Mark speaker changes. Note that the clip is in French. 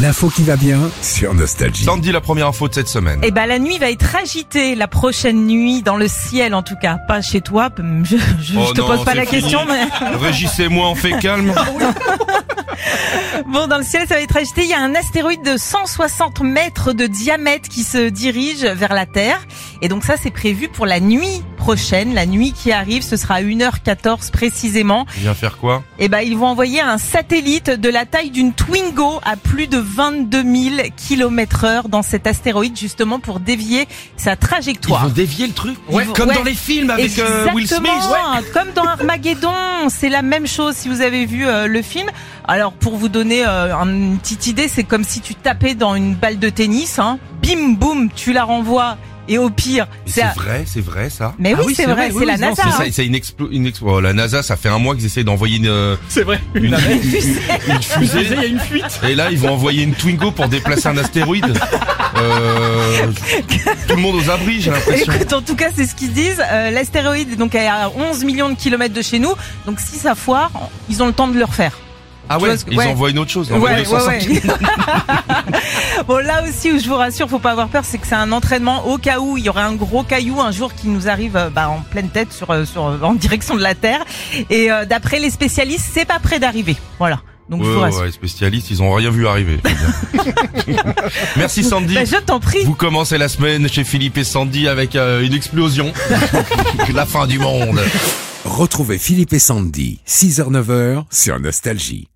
Speaker 1: L'info qui va bien sur Nostalgie.
Speaker 2: Sandy, la première info de cette semaine.
Speaker 3: Eh ben la nuit va être agitée, la prochaine nuit dans le ciel en tout cas, pas chez toi. p- Je, je- je
Speaker 2: Oh
Speaker 3: te
Speaker 2: non,
Speaker 3: pose pas
Speaker 2: c'est
Speaker 3: la
Speaker 2: fini.
Speaker 3: question, mais
Speaker 2: Régis et moi, on fait calme.
Speaker 3: bon dans le ciel ça va être agité. Il y a un astéroïde de 160 mètres de diamètre qui se dirige vers la Terre, et donc ça c'est prévu pour la nuit prochaine, la nuit qui arrive. Ce sera à 1h14 précisément.
Speaker 2: Il vient faire quoi
Speaker 3: Eh ben, ils vont envoyer un satellite de la taille d'une Twingo à plus de 22 000 km heure dans cet astéroïde, justement, pour dévier sa trajectoire.
Speaker 2: dévier le truc.
Speaker 3: Ouais, vont- comme ouais. dans les euh,
Speaker 2: films euh,
Speaker 3: Exactement, comme dans Armageddon, c'est la même chose si vous avez vu euh, le film. Alors pour vous donner euh, une petite idée, c'est comme si tu tapais dans une balle de tennis, hein. bim boum, tu la renvoies et au pire, c'est
Speaker 2: C'est
Speaker 3: à-
Speaker 2: vrai, c'est vrai ça.
Speaker 3: mais
Speaker 4: Ah
Speaker 3: oui,
Speaker 4: oui,
Speaker 3: c'est
Speaker 4: c'est vrai,
Speaker 3: vrai, c'est
Speaker 4: oui,
Speaker 3: la
Speaker 4: oui, non,
Speaker 3: NASA.
Speaker 2: C'est
Speaker 3: hein.
Speaker 2: ça, c'est une explo... une explo- oh, la NASA, ça fait un mois qu'ils essayent d'envoyer une, euh,
Speaker 4: C'est vrai.
Speaker 2: une, une
Speaker 4: Fusée, il
Speaker 2: fusée.
Speaker 4: y a une fuite.
Speaker 2: Et là, ils vont envoyer une Twingo pour déplacer un astéroïde. Euh, tout le monde aux abris, j'ai l'impression.
Speaker 3: Écoute, en tout cas, c'est ce qu'ils disent. Euh, L'astéroïde donc est à 11 millions de kilomètres de chez nous, donc si ça foire, ils ont le temps de le refaire.
Speaker 2: Ah
Speaker 3: tu
Speaker 2: ouais,
Speaker 3: vois ce que-
Speaker 2: ils
Speaker 3: ouais.
Speaker 2: envoient une autre chose. ils envoient
Speaker 3: Ouais,
Speaker 2: 250.
Speaker 3: ouais, ouais. bon, là aussi où je vous rassure, faut pas avoir peur, c'est que c'est un entraînement au cas où il y aurait un gros caillou un jour qui nous arrive euh, bah, en pleine tête sur, euh, sur, euh, en direction de la Terre. Et euh, d'après les spécialistes, c'est pas près d'arriver. Voilà. Donc je vous
Speaker 2: Ouais,
Speaker 3: rassure.
Speaker 2: ouais, les spécialistes, ils ont rien vu arriver. je veux dire. Merci Sandy.
Speaker 3: Bah, je t'en prie.
Speaker 2: Vous commencez la semaine chez Philippe et Sandy avec euh, une explosion. la fin du monde.
Speaker 1: Retrouvez Philippe et Sandy, 6h-9h sur Nostalgie.